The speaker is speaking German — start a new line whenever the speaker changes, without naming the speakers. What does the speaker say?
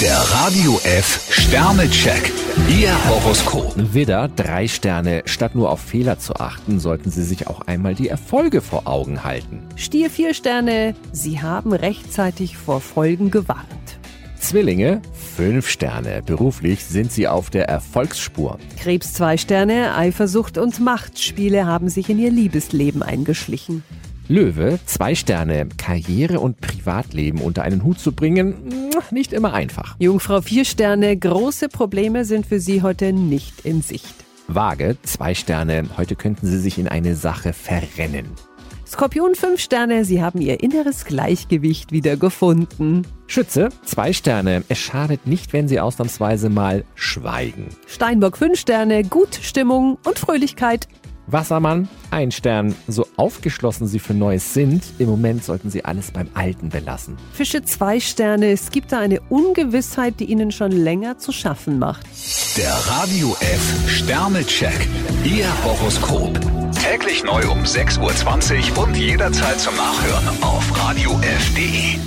Der Radio F Sternecheck. Ihr Horoskop.
Widder, drei Sterne. Statt nur auf Fehler zu achten, sollten Sie sich auch einmal die Erfolge vor Augen halten.
Stier vier Sterne, Sie haben rechtzeitig vor Folgen gewarnt.
Zwillinge, fünf Sterne. Beruflich sind Sie auf der Erfolgsspur.
Krebs zwei Sterne, Eifersucht und Machtspiele haben sich in Ihr Liebesleben eingeschlichen.
Löwe, zwei Sterne. Karriere und Privatleben unter einen Hut zu bringen, nicht immer einfach.
Jungfrau vier Sterne, große Probleme sind für Sie heute nicht in Sicht.
Waage, zwei Sterne. Heute könnten Sie sich in eine Sache verrennen.
Skorpion fünf Sterne, Sie haben Ihr inneres Gleichgewicht wieder gefunden.
Schütze, zwei Sterne. Es schadet nicht, wenn Sie ausnahmsweise mal schweigen.
Steinbock fünf Sterne, gut Stimmung und Fröhlichkeit.
Wassermann, ein Stern. So aufgeschlossen Sie für Neues sind, im Moment sollten Sie alles beim Alten belassen.
Fische zwei Sterne, es gibt da eine Ungewissheit, die Ihnen schon länger zu schaffen macht.
Der Radio F Sternecheck. Ihr Horoskop. Täglich neu um 6.20 Uhr und jederzeit zum Nachhören auf Radio radiof.de.